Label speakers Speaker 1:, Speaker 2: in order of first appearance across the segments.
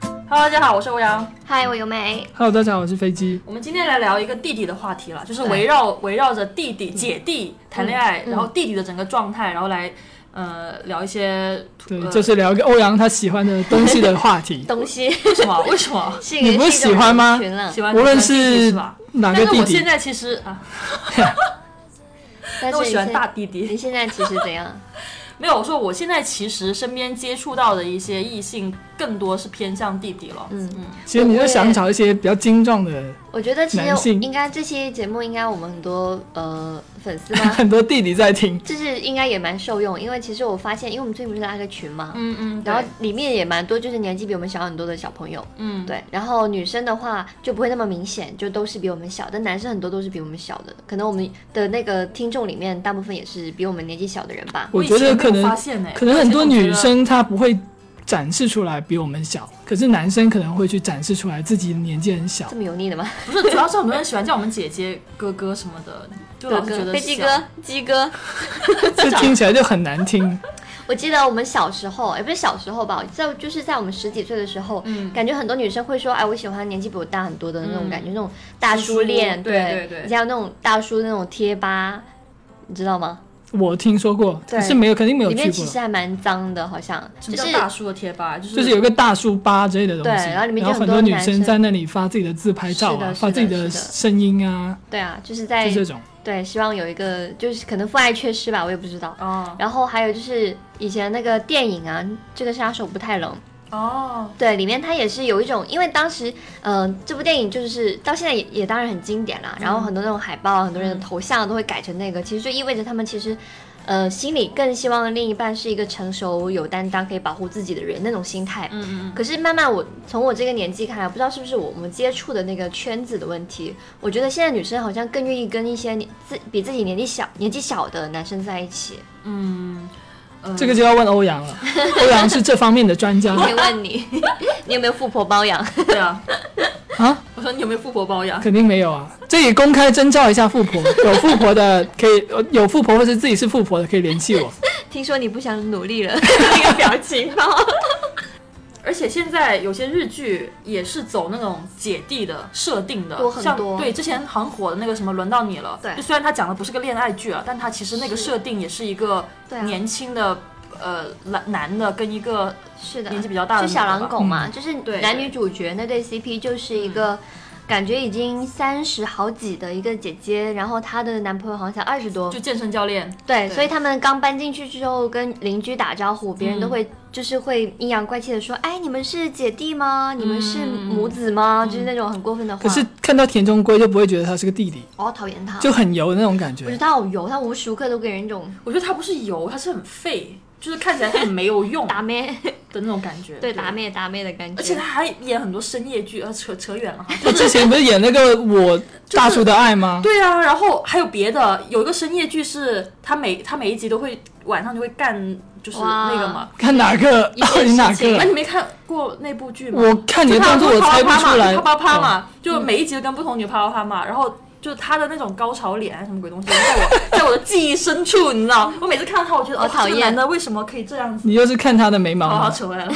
Speaker 1: Hello，大家好，我是欧阳。
Speaker 2: 嗨，我尤美。
Speaker 3: Hello，大家好，我是飞机。
Speaker 1: 我们今天来聊一个弟弟的话题了，就是
Speaker 2: 对嗯
Speaker 1: 围绕围绕着弟弟姐弟谈恋爱，然后弟弟的整个状态，然后来呃聊一些
Speaker 3: 对，
Speaker 1: 呃
Speaker 3: 就是聊一个欧阳他喜欢的东西的 话题。
Speaker 2: 东西
Speaker 1: 为什么为什么
Speaker 2: 是
Speaker 3: 你不是喜欢吗
Speaker 2: 群了
Speaker 1: 喜，欢
Speaker 3: 嗯无论
Speaker 1: 喜欢弟弟
Speaker 3: 是
Speaker 1: 是吧？
Speaker 3: 哪
Speaker 1: 但
Speaker 3: 个
Speaker 1: 是
Speaker 3: 弟
Speaker 1: 我现
Speaker 3: 弟？
Speaker 1: 在其实啊，
Speaker 2: 但
Speaker 1: 那
Speaker 2: 是
Speaker 1: 我
Speaker 2: 你
Speaker 1: 喜欢
Speaker 2: 现
Speaker 1: 大。弟弟。
Speaker 2: 你现在其实怎样？
Speaker 1: 没有，我说我现在其实身边接触到的一些异性，更多是偏向弟弟了。
Speaker 2: 嗯
Speaker 1: 嗯，
Speaker 3: 其实你
Speaker 2: 我
Speaker 3: 要
Speaker 2: 也
Speaker 3: 想找一些比较精壮的，
Speaker 2: 我觉得其
Speaker 3: 男
Speaker 2: 实
Speaker 3: 性
Speaker 2: 应该这期节目应该我们很多呃粉丝 吗？
Speaker 3: 很多弟弟在听。
Speaker 2: 就是应该也蛮受用，因为其实我发现，因为我们最近不是拉个群嘛，
Speaker 1: 嗯嗯，
Speaker 2: 然后
Speaker 1: 对
Speaker 2: 里面也蛮多就是年纪比我们小很多的小朋友，
Speaker 1: 嗯
Speaker 2: 对，然后女生的话就不会那么明显，就都是比我们小，但男生很多都是比我们小的，可能我们的那个听众里面大部分也是比我们年纪小的人吧。
Speaker 3: 我
Speaker 1: 以
Speaker 3: 觉得
Speaker 1: 前没
Speaker 3: 可
Speaker 1: 有发
Speaker 3: 能
Speaker 1: 现哎，
Speaker 3: 可能很多
Speaker 1: 我以前总觉
Speaker 3: 女
Speaker 1: 得
Speaker 3: 生她不会展示出来比我们小，可是男生可能会去展示出来自己年纪很小
Speaker 2: 这。么油腻的吗？
Speaker 1: 不是，主要是很多人喜欢叫我们姐姐、哥哥什么的，就
Speaker 2: 哥
Speaker 3: 啊
Speaker 1: 老是觉
Speaker 2: 哥，
Speaker 1: 得
Speaker 2: 飞机
Speaker 1: 小
Speaker 2: 哥，鸡哥。
Speaker 3: 这听起来就很难听。
Speaker 2: 我记得我们小时候，也不是小时候吧，在就是在我们十几岁的时候，
Speaker 1: 嗯
Speaker 2: 感觉很多女生会说，哎，我喜欢年纪比我大很多的那种
Speaker 1: 嗯
Speaker 2: 感觉，那种大
Speaker 1: 叔
Speaker 2: 叔恋，
Speaker 1: 对对对
Speaker 2: 以前有那种大叔那种贴吧，你知道吗？
Speaker 3: 我听说过，
Speaker 2: 对
Speaker 3: 可是没有，肯定没有
Speaker 2: 里面
Speaker 3: 去
Speaker 2: 其
Speaker 3: 过。
Speaker 2: 实还蛮脏的，好像
Speaker 1: 什
Speaker 2: 就
Speaker 1: 么
Speaker 2: 是
Speaker 1: 叫大叔的贴吧？就是
Speaker 3: 就是有个大叔吧之类的东西，
Speaker 2: 对然后里面就
Speaker 3: 很
Speaker 2: 很多
Speaker 3: 女
Speaker 2: 男
Speaker 3: 生
Speaker 2: 生
Speaker 3: 在那里发自己的自拍照
Speaker 2: 是
Speaker 3: 啊，
Speaker 2: 的
Speaker 3: 发自己
Speaker 2: 是的是的
Speaker 3: 声音啊，
Speaker 2: 对啊，就是
Speaker 3: 就
Speaker 2: 在
Speaker 3: 这种。
Speaker 2: 对，希望有一个就是可能父爱缺失吧，我也不知道。
Speaker 1: 哦
Speaker 2: 然后还有就是以前那个电影啊，《这个杀手不太冷》，
Speaker 1: 哦，
Speaker 2: 对，里面它也是有一种，因为当时，嗯、这部电影就是到现在也也当然很经典啦。然后很多那种海报，啊很多人的头像都会改成那个，其实就意味着他们其实，呃，心里更希望另一半是一个成熟、有担当、可以保护自己的人那种心态。
Speaker 1: 嗯嗯
Speaker 2: 可是慢慢我从我这个年纪看来，不知道是不是我我们接触的那个圈子的问题，我觉得现在女生好像更愿意跟一些年自比自己年纪小、年纪小的男生在一起。
Speaker 1: 嗯嗯，
Speaker 3: 这个就要问欧阳了，欧阳是这方面的专家
Speaker 2: 我可以问你， 你有没有富婆包养？
Speaker 1: 对啊，
Speaker 3: 啊，
Speaker 1: 我说你有没有富婆包养？
Speaker 3: 肯定没有啊。这里公开征召一下富婆，有富婆的可以，呃有富婆或是自己是富婆的可以联系我。
Speaker 1: 啊
Speaker 2: 听说你不想努力了， 那个表情包。
Speaker 1: 而且现在有些日剧也是走那种姐弟的设定的，
Speaker 2: 多很
Speaker 1: 像
Speaker 2: 多
Speaker 1: 对之前很火的那个什么轮到你了，
Speaker 2: 对
Speaker 1: 就虽然它讲的不是个恋爱剧啊，但它其实那个
Speaker 2: 是
Speaker 1: 设定也是一个
Speaker 2: 对啊
Speaker 1: 年轻的。呃，男男的跟一个
Speaker 2: 是的，
Speaker 1: 年纪比较大的
Speaker 2: 就小
Speaker 1: 女的吧嗯
Speaker 2: 狼狗嘛，就是
Speaker 1: 对
Speaker 2: 男女主角那对 CP 就是一个。感觉已经三十好几的一个姐姐，然后她的男朋友好像才二十多，
Speaker 1: 就健身教练，
Speaker 2: 对，
Speaker 1: 对
Speaker 2: 所以他们刚搬进去之后，跟邻居打招呼，别人都会、就是会阴阳怪气的说：“哎，你们是姐弟吗？你们是母子吗？”就是那种很过分的话。
Speaker 3: 可是看到田中圭就不会觉得他是个弟
Speaker 1: 啊
Speaker 3: 弟，
Speaker 2: 我好讨厌他，
Speaker 3: 就很油的那种感
Speaker 2: 我觉得
Speaker 3: 觉。
Speaker 2: 他好油，他无时无刻都给人一种
Speaker 1: 我觉得他不是油，他是很废，就是看起来很没有用
Speaker 2: 打妹，
Speaker 1: 的那种感觉。
Speaker 2: 对打妹打妹的感觉。
Speaker 1: 而且他还演很多深夜剧，啊，扯扯远了 哈。
Speaker 3: 他之前不是演那个我大叔的爱吗？
Speaker 1: 对啊，然后还有别的，有一个深夜剧是他每他每一集都会晚上就会干，就是
Speaker 2: 哇
Speaker 1: 那个嘛。
Speaker 3: 看哪个？
Speaker 2: 一件
Speaker 3: 到底哪
Speaker 2: 事情
Speaker 1: 哎，
Speaker 3: 个？
Speaker 1: 你没看过那部剧吗？
Speaker 3: 我看你的动作，我猜不出来。
Speaker 1: 就啪啪啪嘛就啪啪啪
Speaker 3: 哦
Speaker 1: 嘛，就每一集都跟不同女啪啪啪嘛，然后。就他的那种高潮脸还是什么鬼东西，在我在我的记忆深处，你知道，我每次看到他，我觉得
Speaker 2: 好
Speaker 1: 哦
Speaker 2: 讨厌
Speaker 1: 这个男的为什么可以这样子？
Speaker 3: 你又是看他的眉毛
Speaker 1: 好好
Speaker 3: 吗？
Speaker 1: 扯回 来了，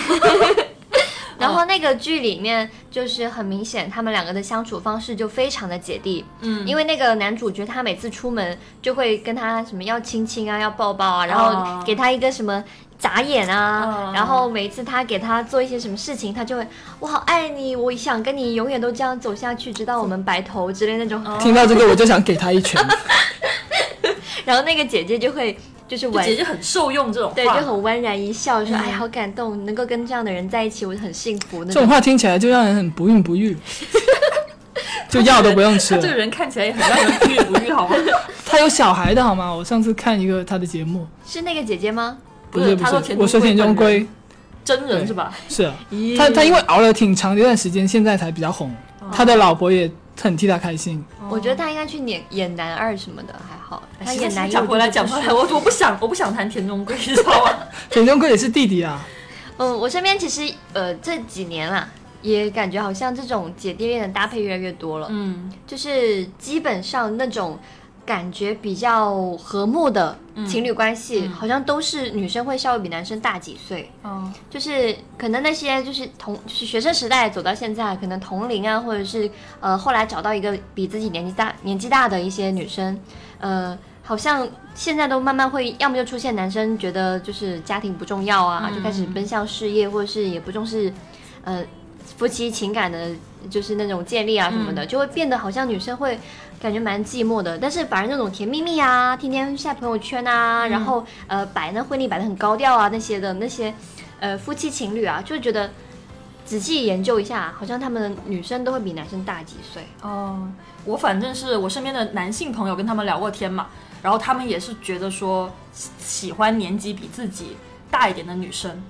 Speaker 2: 然
Speaker 1: 嗯
Speaker 2: 后那个剧里面就是很明显，他们两个的相处方式就非常的姐弟。
Speaker 1: 嗯，
Speaker 2: 因为那个男主角他每次出门就会跟他什么要亲亲啊，要抱抱啊，然后给他一个什么眨眼啊，
Speaker 1: 哦
Speaker 2: 然后每一次他给他做一些什么事情，他就会我好爱你，我想跟你永远都这样走下去，直到我们白头之类那种。
Speaker 1: 哦
Speaker 3: 听到这个我就想给他一 拳。
Speaker 2: 然后那个姐姐就会就是
Speaker 1: 就
Speaker 2: 玩。
Speaker 1: 姐姐嗯很受用这种
Speaker 2: 对，就
Speaker 1: 话，
Speaker 2: 很温然一笑，说：“哎，好感动，能够跟这样的人在一起，我很幸福。”那
Speaker 3: 这种
Speaker 2: 种
Speaker 3: 话听起来就让人很不孕 不育，就药都不用吃
Speaker 1: 他这个
Speaker 3: 了。
Speaker 1: 人看起来也很让人 欲不欲好吗？
Speaker 3: 他有小孩的好吗？我上次看一个他的节目，
Speaker 2: 是那个姐姐吗？
Speaker 3: 不
Speaker 1: 不是
Speaker 3: 是
Speaker 1: 他说
Speaker 3: 不是
Speaker 1: 田，中
Speaker 3: 我
Speaker 1: 圭
Speaker 3: 说田中
Speaker 1: 本
Speaker 3: 圭
Speaker 1: 真人是吧？
Speaker 3: 是啊
Speaker 1: 咦哦
Speaker 3: 他，他因为熬了挺长的一段时间，现在才比较红。他的老婆也很替他开心。
Speaker 2: 我觉得他应该去演演男二什么的，还好。他
Speaker 1: 也
Speaker 2: 演男一
Speaker 1: 讲回来
Speaker 2: 我就
Speaker 1: 讲
Speaker 2: 不
Speaker 1: 回
Speaker 2: 说
Speaker 1: 来，我我不想我不想谈田中圭，你知道吗？
Speaker 3: 田中圭也是弟弟啊，
Speaker 2: 嗯，我身边其实呃这几年啦，也感觉好像这种姐弟恋的搭配越来越多了。
Speaker 1: 嗯，
Speaker 2: 就是基本上那种感觉比较和睦的情侣关系，
Speaker 1: 嗯嗯
Speaker 2: 好像都是女生会稍微比男生大几岁，
Speaker 1: 嗯，
Speaker 2: 就是可能那些就是同就是呃学生时代走到现在，可能同龄啊，或者是呃后来找到一个比自己年纪大年纪大的一些女生，呃，好像现在都慢慢会，要么就出现男生觉得就是家庭不重要啊，
Speaker 1: 嗯
Speaker 2: 就开始奔向事业，或者是也不重视，呃，夫妻情感的，就是那种建立啊什么的，就会变得好像女生会感觉蛮寂寞的。但是反而那种甜蜜蜜啊，天天晒朋友圈啊，然后呃摆那婚礼摆的很高调啊那些的那些，呃夫妻情侣啊，就觉得仔细研究一下，好像他们的女生都会比男生大几岁。
Speaker 1: 哦，我反正是我身边的男性朋友跟他们聊过天嘛，然后他们也是觉得说喜喜欢年纪比自己大一点的女生，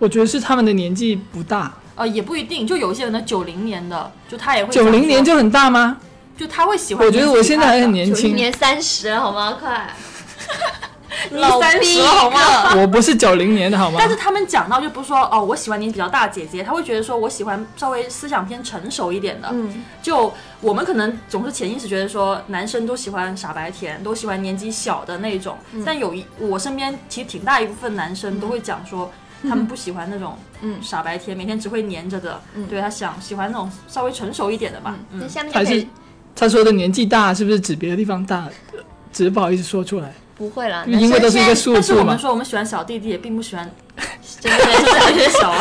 Speaker 3: 我觉得是他们的年纪不大，
Speaker 1: 呃，也不一定，就有一些人呢，九零年的，就他也会
Speaker 3: 九零年
Speaker 1: 想说
Speaker 3: 就很大吗？
Speaker 1: 就他会喜欢
Speaker 3: 我
Speaker 1: 年纪比大
Speaker 3: 觉得
Speaker 1: 的，
Speaker 3: 我现在还很年
Speaker 2: 九一
Speaker 3: 轻，
Speaker 2: 年三十了，好吗？快，
Speaker 1: 你三 十了好吗？
Speaker 2: 老逼
Speaker 3: 我不是九零年的好吗
Speaker 1: 但？是
Speaker 2: 嗯
Speaker 1: 他们讲到就不是说哦，我喜欢年纪比较大的姐姐，他会觉得说我喜欢稍微思想偏成熟一点的。
Speaker 2: 嗯，
Speaker 1: 就我们可能总是潜意识觉得说男生都喜欢傻白甜，都喜欢年纪小的那种。
Speaker 2: 嗯
Speaker 1: 但有一我身边其实挺大一部分男生都会讲说。他们不喜欢那种
Speaker 2: 嗯
Speaker 1: 傻白甜，每天只会黏着的。
Speaker 2: 嗯
Speaker 1: 对他想喜欢那种稍微成熟一点的吧。嗯
Speaker 2: 那下面就
Speaker 3: 还
Speaker 2: 可以
Speaker 3: 是他说的年纪大是不是指别的地方大？呃只是不好意思说出来，
Speaker 2: 不会了，
Speaker 3: 因为都是一个数
Speaker 1: 但是
Speaker 3: 字
Speaker 1: 我们
Speaker 3: 嘛。
Speaker 1: 说我们喜欢小弟弟，也并不喜欢
Speaker 2: 真 的
Speaker 1: 特别小啊。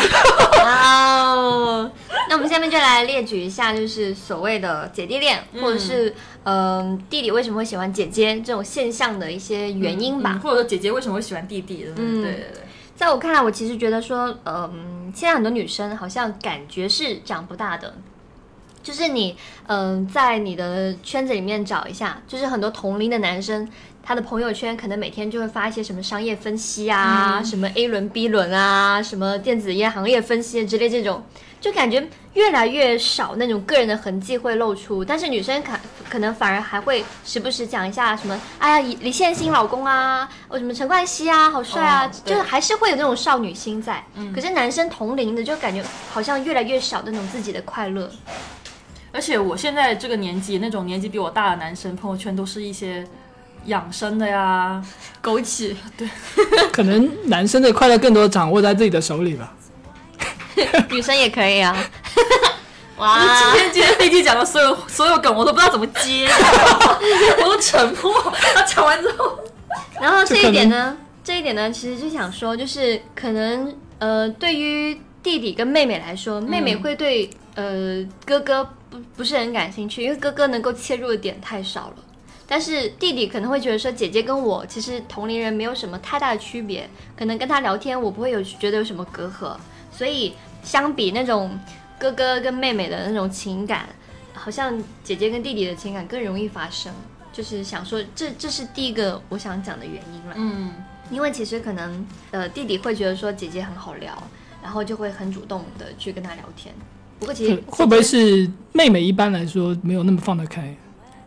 Speaker 2: 哇哦！那我们下面就来列举一下，就是所谓的姐弟恋，或者是嗯、弟弟为什么会喜欢姐姐这种现象的一些 原因吧。
Speaker 1: 嗯或者说姐姐为什么会喜欢弟弟？嗯，
Speaker 2: 嗯
Speaker 1: 对对对。
Speaker 2: 在我看来，我其实觉得说，嗯、现在很多女生好像感觉是长不大的。就是你，嗯、在你的圈子里面找一下，就是很多同龄的男生，他的朋友圈可能每天就会发一些什么商业分析啊，
Speaker 1: 嗯
Speaker 2: 什么 A 轮、B 轮啊，什么电子业行业分析之类这种，就感觉越来越少那种个人的痕迹会露出。但是女生可可能反而还会时不时讲一下什么，哎呀，李李现新老公啊，哦什么陈冠希啊，好帅啊，
Speaker 1: 哦对
Speaker 2: 就是还是会有那种少女心在。
Speaker 1: 嗯
Speaker 2: 可是男生同龄的就感觉好像越来越少那种自己的快乐。
Speaker 1: 而且我现在这个年纪，那种年纪比我大的男生，朋友圈都是一些养生的呀，枸杞。对，
Speaker 3: 可能男生的快乐更多掌握在自己的手里吧。
Speaker 2: 女生也可以啊。
Speaker 1: 今
Speaker 2: 哇，
Speaker 1: 天今天飞机讲的所有所有梗，我都不知道怎么接， 我都沉默。他讲完之后，
Speaker 2: 然后这
Speaker 3: 就可
Speaker 2: 一点呢，这一点呢，其实就想说，就是可能呃，对于弟弟跟妹妹来说，妹妹会对呃哥哥不不是很感兴趣，因为哥哥能够切入的点太少了。但是弟弟可能会觉得说，姐姐跟我其实同龄人没有什么太大的区别，可能跟他聊天我不会有觉得有什么隔阂，所以相比那种哥哥跟妹妹的那种情感，好像姐姐跟弟弟的情感更容易发生。就是想说，这这是第一个我想讲的原因了，
Speaker 1: 嗯，
Speaker 2: 因为其实可能呃弟弟会觉得说姐姐很好聊，然后就会很主动的去跟她聊天。不过其实
Speaker 3: 会不会是妹妹一般来说没有那么放得开？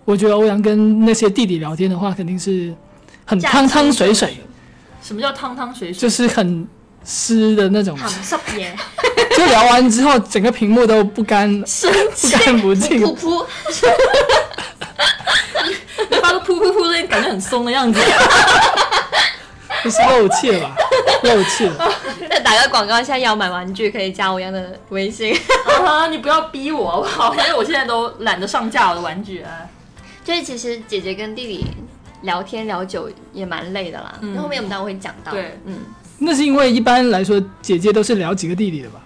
Speaker 3: 我觉得欧阳跟那些弟弟聊天的话，肯定是很
Speaker 2: 嫁
Speaker 3: 汤汤
Speaker 2: 鸡
Speaker 3: 水
Speaker 2: 随
Speaker 3: 水，
Speaker 1: 什么叫汤汤水水？
Speaker 3: 就是很湿的那种，
Speaker 2: 喊不上耶，
Speaker 3: 就聊完之后整个屏幕都不干
Speaker 1: 生
Speaker 3: 不干不净
Speaker 2: 噗。噗，
Speaker 1: 你发个噗噗噗的，感觉很松的样子。
Speaker 3: 这是漏气了吧？漏气了，
Speaker 2: 再打个广告，现在要买玩具可以加欧阳的微信。
Speaker 1: 啊，你不要逼我好不好？ 因为我现在都懒得上架我的玩具。哎
Speaker 2: 就是其实姐姐跟弟弟聊天聊久也蛮累的啦，
Speaker 1: 嗯
Speaker 2: 那后面我们当然会讲到。
Speaker 1: 对，
Speaker 2: 嗯，
Speaker 3: 那是因为一般来说姐姐都是聊几个弟弟的吧？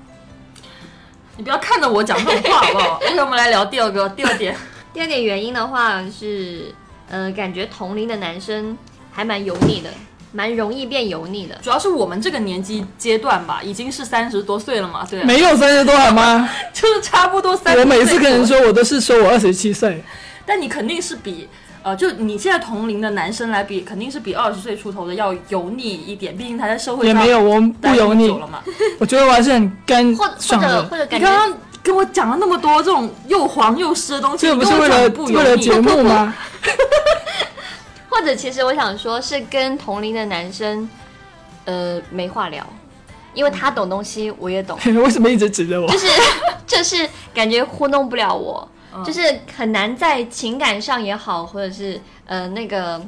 Speaker 1: 你不要看着我讲这种话好不好？OK，我们来聊第二个，第二点。
Speaker 2: 第二点原因的话是，呃，感觉同龄的男生还蛮油腻的，蛮容易变油腻的。
Speaker 1: 主要是我们这个年纪阶段吧，已经是三十多岁了嘛，对，啊
Speaker 3: 没有三十多好吗？
Speaker 1: 就是差不多三。
Speaker 3: 我每次跟人，说，我都是说我二十七岁，
Speaker 1: 但你肯定是比。呃，就你现在同龄的男生来比，肯定是比二十岁出头的要油腻一点，毕竟他在社会
Speaker 3: 也
Speaker 1: 上
Speaker 3: 没有我不
Speaker 1: 待
Speaker 3: 油
Speaker 1: 很
Speaker 3: 腻
Speaker 1: 久，了嘛。
Speaker 3: 我觉得我还是很干
Speaker 2: 或或
Speaker 3: 爽
Speaker 2: 者或
Speaker 3: 的。
Speaker 2: 者
Speaker 1: 你
Speaker 2: 感
Speaker 1: 刚
Speaker 2: 觉
Speaker 1: 刚跟我讲了那么多这种又黄又湿的东西，
Speaker 3: 这
Speaker 1: 你
Speaker 3: 不是
Speaker 1: 跟我
Speaker 3: 为
Speaker 1: 讲
Speaker 3: 了
Speaker 1: 你不油
Speaker 3: 为了
Speaker 1: 腻
Speaker 3: 节目吗？
Speaker 2: 或者其实我想说，是跟同龄的男生，呃，没话聊，因为他
Speaker 1: 嗯
Speaker 3: ，
Speaker 2: 懂东西，我也懂
Speaker 3: 为什么一直指着我？
Speaker 2: 就是就是感觉糊弄不了我。就是很难在情感上也好，或者是呃那个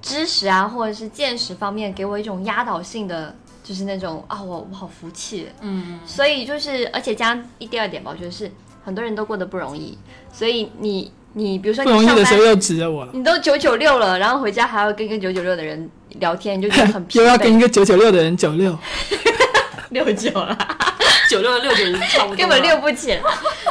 Speaker 2: 知识啊，或者是见识方面给我一种压倒性的，就是那种啊，我我好服气。
Speaker 1: 嗯，
Speaker 2: 所以就是，而且加上一第二点吧，我觉得是很多人都过得不容易，所以你你比如说
Speaker 3: 不容
Speaker 2: 你
Speaker 3: 易
Speaker 2: 上
Speaker 3: 的时候
Speaker 2: 班，嗯
Speaker 3: 又指着我了，
Speaker 2: 你都九九六了，然后回家还要跟跟九九六的人聊天，你就觉得很疲
Speaker 3: 又要跟
Speaker 2: 惫
Speaker 3: 一。个九九六的人九六，
Speaker 2: 六九了。
Speaker 1: 九六六九差 不多了，
Speaker 2: 根本溜不起来。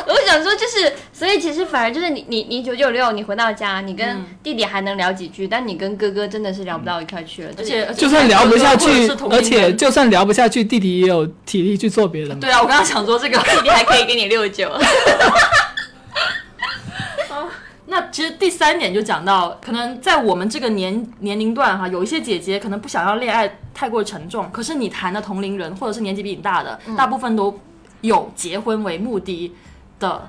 Speaker 2: 我想说，就是，所以其实反而就是你你你九九六，你回到家，你跟
Speaker 1: 嗯
Speaker 2: 弟弟还能聊几句，但你跟哥哥真的是聊不到一块去了。
Speaker 1: 而
Speaker 2: 就是
Speaker 1: 且
Speaker 3: 就算聊不下
Speaker 1: 或者
Speaker 3: 去
Speaker 1: 是同，龄
Speaker 3: 而且
Speaker 1: 人
Speaker 3: 就算聊不下去，弟弟也有体力去做别的嘛。
Speaker 1: 对啊，我刚刚想说这个。
Speaker 2: 弟弟还可以 给你六 九，
Speaker 1: 哦那其实第三点就讲到，可能在我们这个年年龄段哈，有一些姐姐可能不想要恋爱太过沉重，可是你谈的同龄人或者是年纪比你大的，
Speaker 2: 嗯
Speaker 1: 大部分都有结婚为目的的，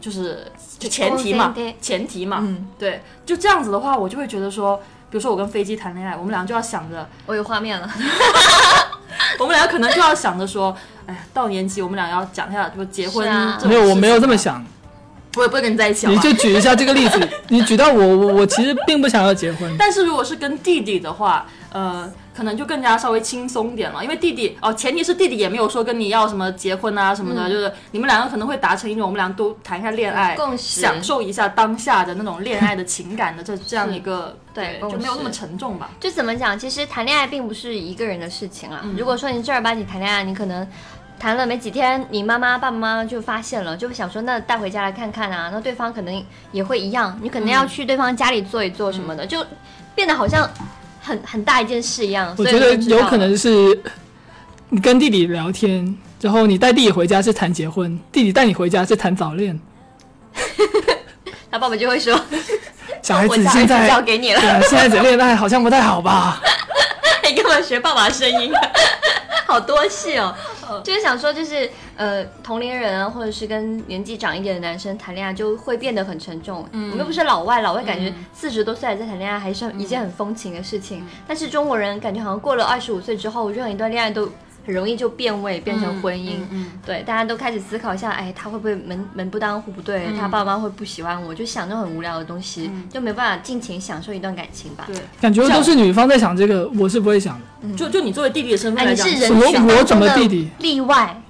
Speaker 1: 就是就前提嘛
Speaker 2: 哦对对，
Speaker 1: 前提嘛，
Speaker 2: 嗯
Speaker 1: 对，就这样子的话，我就会觉得说，比如说我跟飞机谈恋爱，我们俩就要想着，
Speaker 2: 我有画面了。
Speaker 1: 我们俩可能就要想着说，哎呀，到年纪我们俩要讲一下，就结婚
Speaker 2: 是啊
Speaker 1: 这种
Speaker 3: 没有，我
Speaker 1: 事
Speaker 3: 没有
Speaker 1: 情
Speaker 3: 这么
Speaker 1: 啊，
Speaker 3: 想。
Speaker 1: 不会不会跟你在一起好
Speaker 3: 你
Speaker 1: 吧
Speaker 3: 就举一下这个例 子，你举到我，我我其实并不想要结婚。
Speaker 1: 但是如果是跟弟弟的话，呃，可能就更加稍微轻松点了，因为弟弟哦，前提是弟弟也没有说跟你要什么结婚啊什么的，就是你们两个可能会达成一种我们俩都谈一下恋爱，
Speaker 2: 共识
Speaker 1: 享受一下当下的那种恋爱的情感的 这这样一个
Speaker 2: 对共
Speaker 1: 就没有那么
Speaker 2: 识
Speaker 1: 沉重吧。
Speaker 2: 就怎么讲，其实谈恋爱并不是一个人的事情啦。啊
Speaker 1: 嗯
Speaker 2: 如果说你正儿八经谈恋爱，你可能。谈了没几天，你妈妈、爸爸妈妈就发现了，就想说那带回家来看看啊。那对方可能也会一样，你可能要
Speaker 1: 嗯
Speaker 2: 去对方家里坐一坐什么的，就变得好像很很大一件事一样。
Speaker 3: 我
Speaker 2: 所以
Speaker 3: 觉得
Speaker 2: 就知道
Speaker 3: 有可能是你跟弟弟聊天，然后你带弟弟回家是谈结婚，弟弟带你回家是谈早恋。
Speaker 2: 他爸爸就会说
Speaker 3: 小孩：“
Speaker 2: 我
Speaker 3: 子
Speaker 2: 家
Speaker 3: 现
Speaker 2: 儿子
Speaker 3: 在
Speaker 2: 交给你了。
Speaker 3: 对啊现在只恋爱好像不太好吧？”
Speaker 2: 你干嘛学爸爸声音？ 好多戏哦，就是想说，就是呃，同龄人啊，或者是跟年纪长一点的男生谈恋爱，就会变得很沉重。
Speaker 1: 嗯
Speaker 2: 我们又不是老外，老外感觉四十多岁还在谈恋爱，还是一
Speaker 1: 嗯
Speaker 2: 件很风情的事情。但是中国人感觉好像过了二十五岁之后，任何一段恋爱都很容易就变味，变成婚姻。
Speaker 1: 嗯，
Speaker 2: 对，大家都开始思考一下，哎，他会不会门门不当户不对，
Speaker 1: 嗯
Speaker 2: 他爸妈会不喜欢我，就想那种很无聊的东西，就没办法尽情享受一段感情吧。
Speaker 1: 对，
Speaker 3: 感觉都是女方在想这个，我是不会想的。
Speaker 1: 就嗯就你作为弟弟的身份
Speaker 2: 哎，
Speaker 1: 来
Speaker 2: 你
Speaker 1: 讲，
Speaker 2: 是人
Speaker 3: 我
Speaker 2: 群
Speaker 3: 我
Speaker 2: 当
Speaker 3: 怎
Speaker 2: 中
Speaker 3: 么
Speaker 2: 的
Speaker 3: 弟弟
Speaker 2: 例外，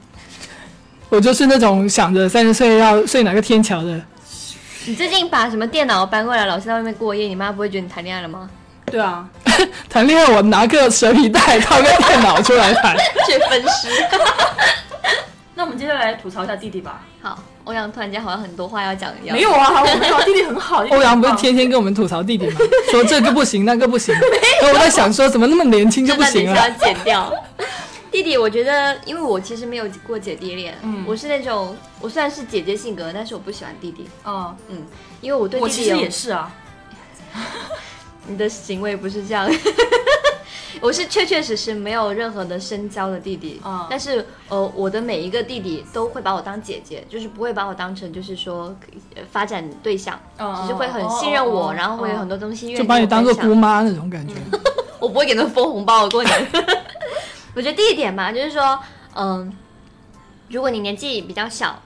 Speaker 3: 我就是那种想着三十岁要睡哪个天桥的。
Speaker 2: 你最近把什么电脑搬过来，老是在外面过夜，你妈不会觉得你谈恋爱了吗？
Speaker 1: 对啊，
Speaker 3: 谈恋爱我拿个蛇皮袋套个电脑出来谈。
Speaker 2: 去分尸。
Speaker 1: 那我们接下来吐槽一下弟弟吧。
Speaker 2: 好，欧阳突然间好像很多话要讲一样。
Speaker 1: 没有啊，我没有，弟弟很好。弟弟
Speaker 3: 欧阳
Speaker 1: 很
Speaker 3: 不是
Speaker 1: 棒
Speaker 3: 天天跟我们吐槽弟弟吗？ 说这个不行，那个不行。然后我在想说，怎么那么年轻就
Speaker 2: 这
Speaker 3: 不
Speaker 2: 段等一
Speaker 3: 行啊
Speaker 2: 下
Speaker 1: 啊
Speaker 3: 了？
Speaker 2: 要剪掉。 弟弟，我觉得，因为我其实没有过姐弟恋，
Speaker 1: 嗯
Speaker 2: 我是那种，我虽然是姐姐性格，但是我不喜欢弟弟，
Speaker 1: 嗯，
Speaker 2: 嗯，因为我对
Speaker 1: 我
Speaker 2: 弟
Speaker 1: 其
Speaker 2: 弟
Speaker 1: 实
Speaker 2: 有
Speaker 1: 也是啊，
Speaker 2: 你的行为不是这样。 我是确确实实没有任何的深交的弟弟，
Speaker 1: 嗯
Speaker 2: 但是呃，我的每一个弟弟都会把我当姐姐，就是不会把我当成就是说呃发展对象，
Speaker 1: 嗯
Speaker 2: 只是会很信任
Speaker 1: 嗯
Speaker 2: 我，
Speaker 1: 嗯嗯
Speaker 2: 然后会有很多东西愿意
Speaker 3: 就把你当做
Speaker 2: 跟我分享
Speaker 3: 姑妈那种感觉。
Speaker 2: 我不会给他们封红包，我过年。 我觉得第一点吧，就是说，嗯，如果你年纪比较小，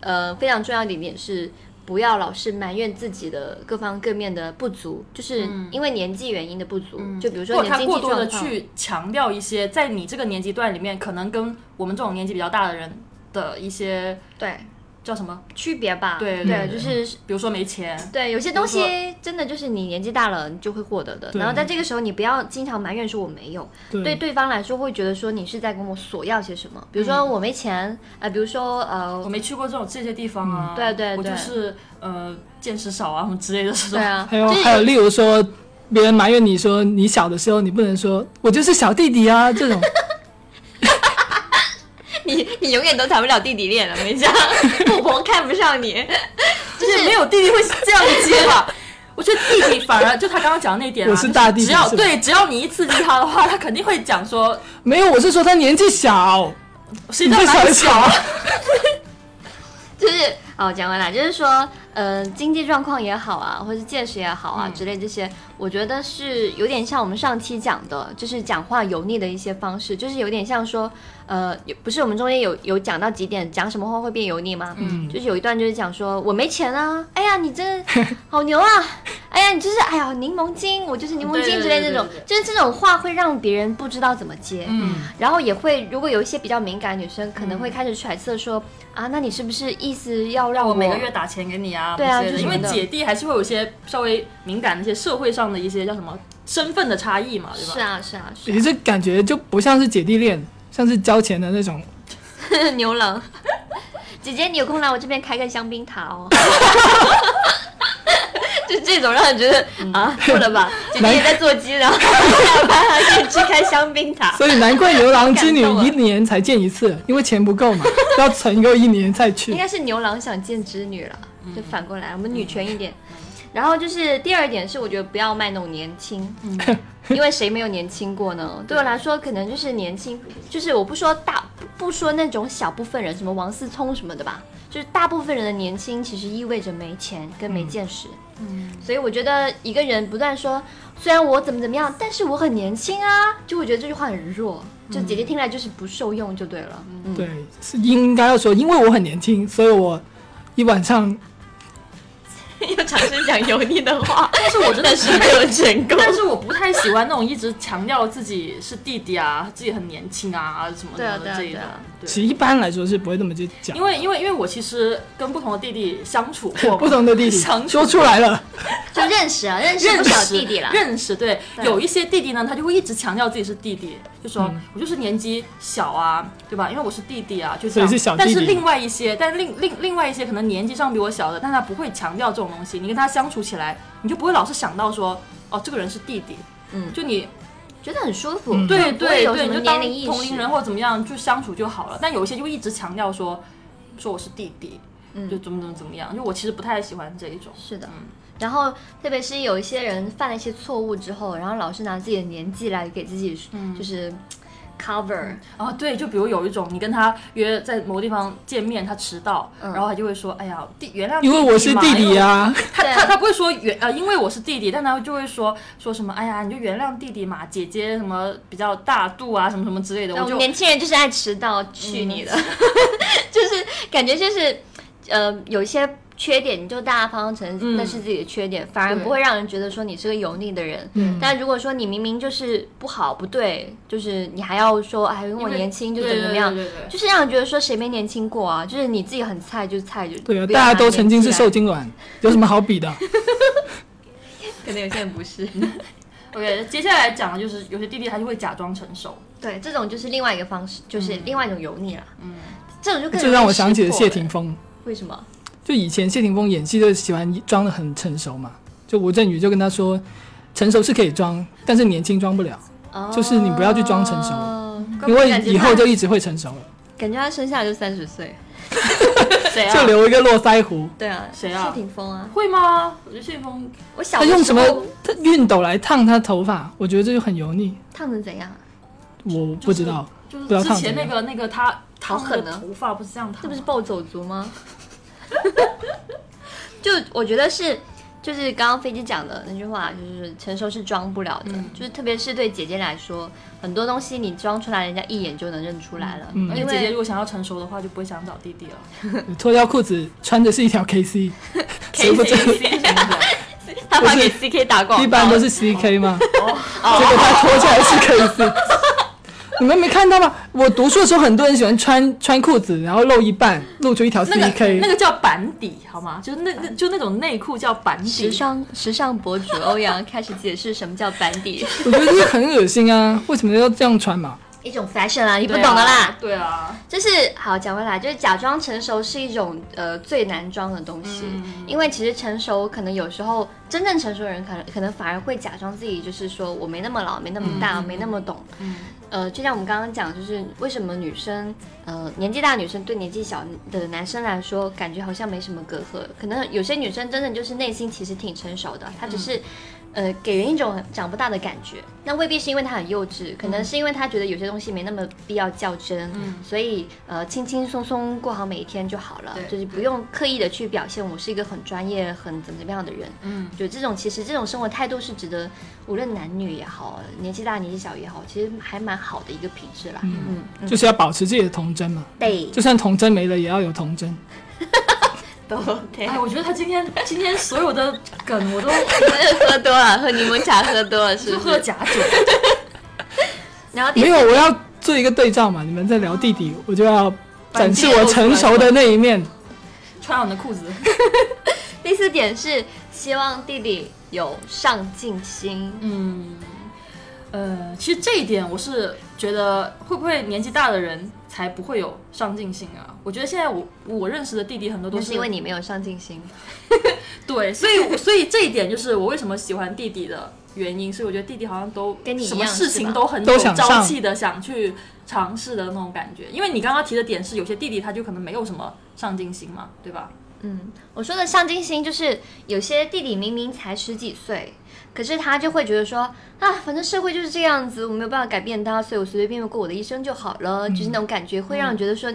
Speaker 2: 呃，非常重要的一点是，不要老是埋怨自己的各方各面的不足，就是因为年纪原因的不足。就比如说
Speaker 1: 或
Speaker 2: 你
Speaker 1: 者
Speaker 2: 的
Speaker 1: 他
Speaker 2: 经
Speaker 1: 过
Speaker 2: 济
Speaker 1: 多的
Speaker 2: 状况，
Speaker 1: 去强调一些在你这个年纪段里面，可能跟我们这种年纪比较大的人的一些
Speaker 2: 对
Speaker 1: 叫什么，
Speaker 2: 区别吧，
Speaker 1: 对
Speaker 2: 对，
Speaker 1: 对
Speaker 2: 就是。
Speaker 1: 比如说没钱，
Speaker 2: 对，有些东西真的就是你年纪大了，你就会获得的。
Speaker 3: 对
Speaker 2: 然后在这个时候，你不要经常埋怨说我没有，对
Speaker 3: 对，
Speaker 2: 对方来说会觉得说你是在跟我索要些什么。比如说我没钱，啊、比如说呃，
Speaker 1: 我没去过这种这些地方啊，
Speaker 2: 嗯对对
Speaker 1: 我就
Speaker 2: 对
Speaker 1: 是呃见识少啊什么之类的这种
Speaker 2: 对。啊，
Speaker 3: 还有
Speaker 2: 就是
Speaker 3: 还有，例如说，别人埋怨你说你小的时候，你不能说我就是小弟弟啊这种。
Speaker 2: 你你永远都谈不了弟弟恋了，我跟你 讲，富婆看不上你。
Speaker 1: 就是没有弟弟会这样接吧。 我觉得弟弟反而就他刚刚讲的那点、啊，
Speaker 3: 我是大弟弟
Speaker 1: 只要
Speaker 3: 是吧
Speaker 1: 对只要你一刺激他的话，他肯定会讲说
Speaker 3: 没有，我是说他年纪小，
Speaker 1: 谁
Speaker 3: 你
Speaker 1: 知道
Speaker 3: 这
Speaker 1: 哪
Speaker 3: 小
Speaker 1: 里小
Speaker 3: 小
Speaker 1: 啊，。
Speaker 2: 就是哦，讲完了，就是说，呃，经济状况也好啊，或者是见识也好啊、之类这些，我觉得是有点像我们上期讲的，就是讲话油腻的一些方式，就是有点像说，呃，有不是我们中间有有讲到几点，讲什么话会变油腻吗？嗯，就是有一段就是讲说我没钱啊，哎呀你真 好牛啊，哎呀你就是哎呀柠檬精，我就是柠檬精之类的那种，
Speaker 1: 对对对对对
Speaker 2: 就是这种话会让别人不知道怎么接，
Speaker 1: 嗯，
Speaker 2: 然后也会如果有一些比较敏感的女生，可能会开始揣测说、啊，那你是不是意思要让
Speaker 1: 我每个月打钱给你啊，
Speaker 2: 哦对啊
Speaker 1: 之类的
Speaker 2: 就是
Speaker 1: 因为
Speaker 2: 什么的
Speaker 1: 姐弟还是会有一些稍微敏感的一些社会上的一些叫什么身份的差异嘛，对吧？
Speaker 2: 是啊是啊是
Speaker 3: 也是感觉就不像是姐弟恋，像是交钱的那种。
Speaker 2: 啊 牛郎。姐姐，你有空来我这边开个香槟塔哦。 就这种让人觉得、啊，过了吧，姐姐也在做鸡，然后 下班还可以去开香槟 塔。
Speaker 3: 所以难怪牛郎织女
Speaker 2: 感动了
Speaker 3: 一年才见一次，因为钱不够嘛，要存够一年再去
Speaker 2: 应。该是牛郎想见织女了，就反过来，我们女权一点。然后就是第二点是，我觉得不要卖弄年轻， 因为谁没有年轻过呢？对我来说，可能就是年轻，就是我不说大，不说那种小部分人，什么王思聪什么的吧，就是大部分人的年轻，其实意味着没钱跟没见识。嗯，所以我觉得一个人不断说，虽然我怎么怎么样，但是我很年轻啊，就会觉得这句话很弱，就姐姐听来就是不受用就对了。嗯，
Speaker 3: 对，是应该要说，因为我很年轻，所以我一晚上
Speaker 2: 又尝试讲油腻的话。
Speaker 1: 但是我真的是
Speaker 2: 没有成功
Speaker 1: 但是我不太喜欢那种一直强调自己是弟弟啊，自己很年轻啊什么
Speaker 2: 对啊
Speaker 1: 的
Speaker 2: 对啊
Speaker 1: 这一种
Speaker 2: 对啊。
Speaker 3: 其实
Speaker 1: 对，
Speaker 3: 一般来说是不会这么去讲
Speaker 1: 因。为因为因为我其实跟不同的弟弟相 处过嘛，
Speaker 3: 不同的弟弟
Speaker 1: 相处
Speaker 3: 说出来了，
Speaker 2: 就认识啊，认识
Speaker 1: 认
Speaker 2: 不
Speaker 1: 识
Speaker 2: 少弟弟了。
Speaker 1: 认识对，
Speaker 2: 对
Speaker 1: 有一些弟弟呢，他就会一直强调自己是弟弟，就说、
Speaker 3: 嗯
Speaker 1: 我就是年纪小啊，对吧？因为我是弟弟啊，就这
Speaker 3: 所以
Speaker 1: 样。
Speaker 3: 是小弟
Speaker 1: 但
Speaker 3: 弟
Speaker 1: 是另外一些，但是另另另外一些可能年纪上比我小的，但他不会强调这种东西。你跟他相处起来，你就不会老是想到说，哦，这个人是弟弟。
Speaker 2: 嗯
Speaker 1: 就你
Speaker 2: 觉得很舒服，
Speaker 3: 嗯
Speaker 1: 对
Speaker 2: 不会
Speaker 1: 对
Speaker 2: 有
Speaker 1: 对，你
Speaker 2: 什么
Speaker 1: 就
Speaker 2: 年
Speaker 1: 当
Speaker 2: 龄意
Speaker 1: 同龄
Speaker 2: 识
Speaker 1: 人。或者怎么样就相处就好了。但有一些就一直强调说，说我是弟弟，
Speaker 2: 嗯
Speaker 1: 就怎么怎么怎么样。就我其实不太喜欢这一种。
Speaker 2: 是的，然后特别是有一些人犯了一些错误之后，然后老是拿自己的年纪来给自己
Speaker 1: 嗯
Speaker 2: 就是嘖 cover，
Speaker 1: 啊，对，就比如有一种，你跟他约在某个地方见面，他迟到，
Speaker 2: 嗯
Speaker 1: 然后他就会说：“哎呀，弟，原谅
Speaker 3: 因为我是弟弟
Speaker 1: 啊。
Speaker 3: 啊，
Speaker 1: 因为”他
Speaker 2: 对
Speaker 1: 他他不会说原呃，因为我是弟弟，但他就会说说什么：“哎呀，你就原谅弟弟嘛，姐姐什么比较大度啊，什么什么之类的。”
Speaker 2: 那
Speaker 1: 我
Speaker 2: 我
Speaker 1: 就
Speaker 2: 们哦年轻人就是爱迟到，去你
Speaker 3: 嗯
Speaker 2: 的， 就是感觉就是呃有一些。缺点你就大大方方承认
Speaker 1: 嗯
Speaker 2: 那是自己的缺点，反而
Speaker 1: 对
Speaker 2: 不会让人觉得说你是个油腻的人。
Speaker 3: 嗯
Speaker 2: 但如果说你明明就是不好不对，就是你还要说哎，因为我
Speaker 1: 因为
Speaker 2: 年轻就
Speaker 1: 对
Speaker 2: 怎
Speaker 1: 对对
Speaker 2: 么怎么样，
Speaker 1: 对对对
Speaker 2: 就是让人觉得说谁没年轻过啊？就是你自己很菜就菜就
Speaker 3: 对啊，
Speaker 2: 不要
Speaker 3: 大家都
Speaker 2: 拿年
Speaker 3: 曾经
Speaker 2: 纪
Speaker 3: 是
Speaker 2: 来
Speaker 3: 受，精卵，有什么好比的？
Speaker 2: 可能有些人不是。
Speaker 1: OK，接下来讲的就是有些弟弟他就会假装成 熟，
Speaker 2: 对，这种就是另外一个方式，就是另外一种油腻啦。嗯，这种就更
Speaker 3: 这让我想起了
Speaker 2: 容易识
Speaker 3: 谢
Speaker 2: 破
Speaker 3: 霆
Speaker 2: 了。
Speaker 3: 锋，
Speaker 2: 为什么？
Speaker 3: 就以前谢霆锋演戏就喜欢装的很成熟嘛，就吴镇宇就跟他说，成熟是可以装，但是年轻装不了，就是你不要去装成熟
Speaker 2: 哦
Speaker 3: 因为以后就
Speaker 2: 感觉
Speaker 3: 一直会成熟了，
Speaker 2: 他感觉他生下来就三十岁。
Speaker 1: 谁啊
Speaker 3: 就？留一个络腮胡。
Speaker 2: 对啊，
Speaker 1: 谁啊
Speaker 2: 谢霆锋啊，
Speaker 1: 会吗？我觉得谢霆锋
Speaker 2: 我小
Speaker 3: 他
Speaker 2: 的时候
Speaker 3: 用什么他熨斗来烫他头发，我觉得这就很油腻，
Speaker 2: 烫成怎样？啊
Speaker 3: 我不知道。
Speaker 1: 就
Speaker 3: 不知道
Speaker 1: 是
Speaker 3: 烫啊
Speaker 1: 之前
Speaker 3: 怎
Speaker 1: 那
Speaker 3: 样
Speaker 1: 个那个他
Speaker 2: 好
Speaker 1: 烫那
Speaker 2: 狠
Speaker 1: 个
Speaker 2: 啊
Speaker 1: 头发不是这样烫吗，
Speaker 2: 这不是暴走族吗？ 就我觉得是，就是刚刚飞机讲的那句话，就是成熟是装不了的，
Speaker 3: 嗯
Speaker 2: 就是特别是对姐姐来说，很多东西你装出来，人家一眼就能认出来了，
Speaker 3: 嗯
Speaker 1: 而且
Speaker 2: 因
Speaker 1: 姐姐
Speaker 2: 为
Speaker 1: 如果想要成熟的话，就不会想找弟弟了。
Speaker 3: 脱掉裤子穿的是一条 KC，谁不知
Speaker 1: 什么的，
Speaker 2: 他
Speaker 3: 不
Speaker 2: 怕
Speaker 3: 是
Speaker 2: 给 CK 打
Speaker 1: 哦
Speaker 2: 广告，
Speaker 3: 一般都是 CK 嘛， 结果他脱下来是 KC。你们没看到吗？我读书的时候，很多人喜欢穿穿裤子，然后露一半，露出一条 CK。
Speaker 1: 那个那个叫板底，好吗？就是那那就那种内裤叫板
Speaker 2: 时
Speaker 1: 底。
Speaker 2: 尚时尚博主欧阳开始解释什么叫板 底，
Speaker 3: 我觉得这个很恶心啊！为什么要这样穿嘛？
Speaker 2: 一种 fashion 啊，你不
Speaker 1: 对啊
Speaker 2: 懂的啦。
Speaker 1: 对啊，
Speaker 2: 就是好讲回来，就是假装成熟是一种呃最难装的东西，因为其实成熟可能有时候真正成熟的人可能可能反而会假装自己就是说我没那么老，没那么大，没那么懂。呃，就像我们刚刚讲，就是为什么女生，呃，年纪大的女生对年纪小的男生来说，感觉好像没什么隔阂。可能有些女生真的就是内心其实挺成熟的，
Speaker 1: 嗯
Speaker 2: 她只是，呃，给人一种长不大的感觉。那未必是因为她很幼稚，可
Speaker 1: 嗯
Speaker 2: 能是因为她觉得有些东西没那么必要较真，所以呃，轻轻松松过好每一天就好了，
Speaker 1: 对
Speaker 2: 就是不用刻意的去表现我是一个很专业、很怎么怎么样的人。
Speaker 1: 嗯，
Speaker 2: 就这种，其实这种生活态度是值得无论男女也好，年纪大年纪小也好，其实还蛮好的一个品质啦。嗯嗯，
Speaker 3: 就是要保持自己的童真嘛，
Speaker 2: 对，
Speaker 3: 就算童真没了，也要有童真。
Speaker 2: 都
Speaker 3: 嗯
Speaker 2: 对。
Speaker 1: 哎，我觉得他今天今天所有的梗我都
Speaker 2: 喝多了，喝柠檬茶喝多了，是
Speaker 1: 就
Speaker 2: 不
Speaker 1: 喝
Speaker 2: 是？
Speaker 1: 假酒，
Speaker 2: 然后第
Speaker 3: 没有，我要做一个对照嘛，你们在聊弟弟，我就要展示
Speaker 1: 把你弟弟露
Speaker 3: 我
Speaker 1: 出来
Speaker 3: 成熟的那一面。
Speaker 1: 穿好你的裤子。
Speaker 2: 第四点是希望弟弟有上进心。
Speaker 1: 嗯，呃，其实这一点我是觉得，会不会年纪大的人才不会有上进心啊？我觉得现在我我认识的弟弟很多都
Speaker 2: 就是是因为你没有上进心，
Speaker 1: 对，所以所以这一点就是我为什么喜欢弟弟的原因。所以我觉得弟弟好像都
Speaker 2: 跟你一
Speaker 1: 什
Speaker 2: 样
Speaker 1: 么事
Speaker 2: 是
Speaker 1: 情
Speaker 2: 吧
Speaker 1: 都很
Speaker 3: 都
Speaker 1: 有
Speaker 3: 想
Speaker 1: 朝
Speaker 3: 上
Speaker 1: 气的想去尝试的那种感觉。因为你刚刚提的点是，有些弟弟他就可能没有什么上进心嘛，对吧？
Speaker 2: 嗯，我说的上进心就是有些弟弟明明才十几岁，可是他就会觉得说啊，反正社会就是这样子，我没有办法改变它，所以我随随便便过我的一生就好了，就是那种感觉，会
Speaker 1: 嗯
Speaker 2: 让人觉得说。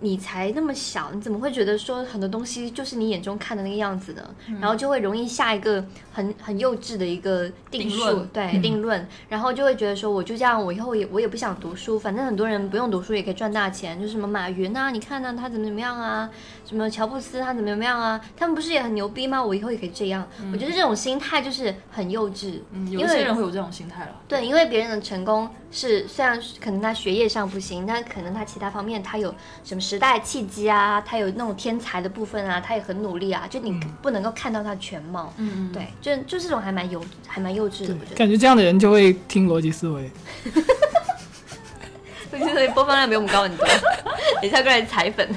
Speaker 2: 你才那么小，你怎么会觉得说很多东西就是你眼中看的那个样子呢？
Speaker 1: 嗯
Speaker 2: 然后就会容易下一个很很幼稚的一个定
Speaker 1: 定
Speaker 2: 数，
Speaker 1: 论嗯
Speaker 2: 对、定论，然后就会觉得说我就这样，我以后也我也不想读书，反正很多人不用读书也可以赚大钱，就是什么马云啊，你看呢、他怎么怎么样啊，什么乔布斯他怎么怎么样啊，他们不是也很牛逼吗？我以后也可以这样。我觉得这种心态就是很幼稚，
Speaker 1: 嗯，有
Speaker 2: 因
Speaker 1: 一
Speaker 2: 为
Speaker 1: 些人会有这种心态了。
Speaker 2: 对，因为别人的成功是虽然可能他学业上不行，但可能他其他方面他有什么时代契机啊，他有那种天才的部分啊，他也很努力啊，就你不能够看到他全貌。
Speaker 1: 嗯，
Speaker 2: 对，就就这种还蛮幼，还蛮幼稚的，我 觉得。
Speaker 3: 感觉这样的人就会听逻辑思维。
Speaker 2: 就是播放量比我们高很多，等一下过来踩粉。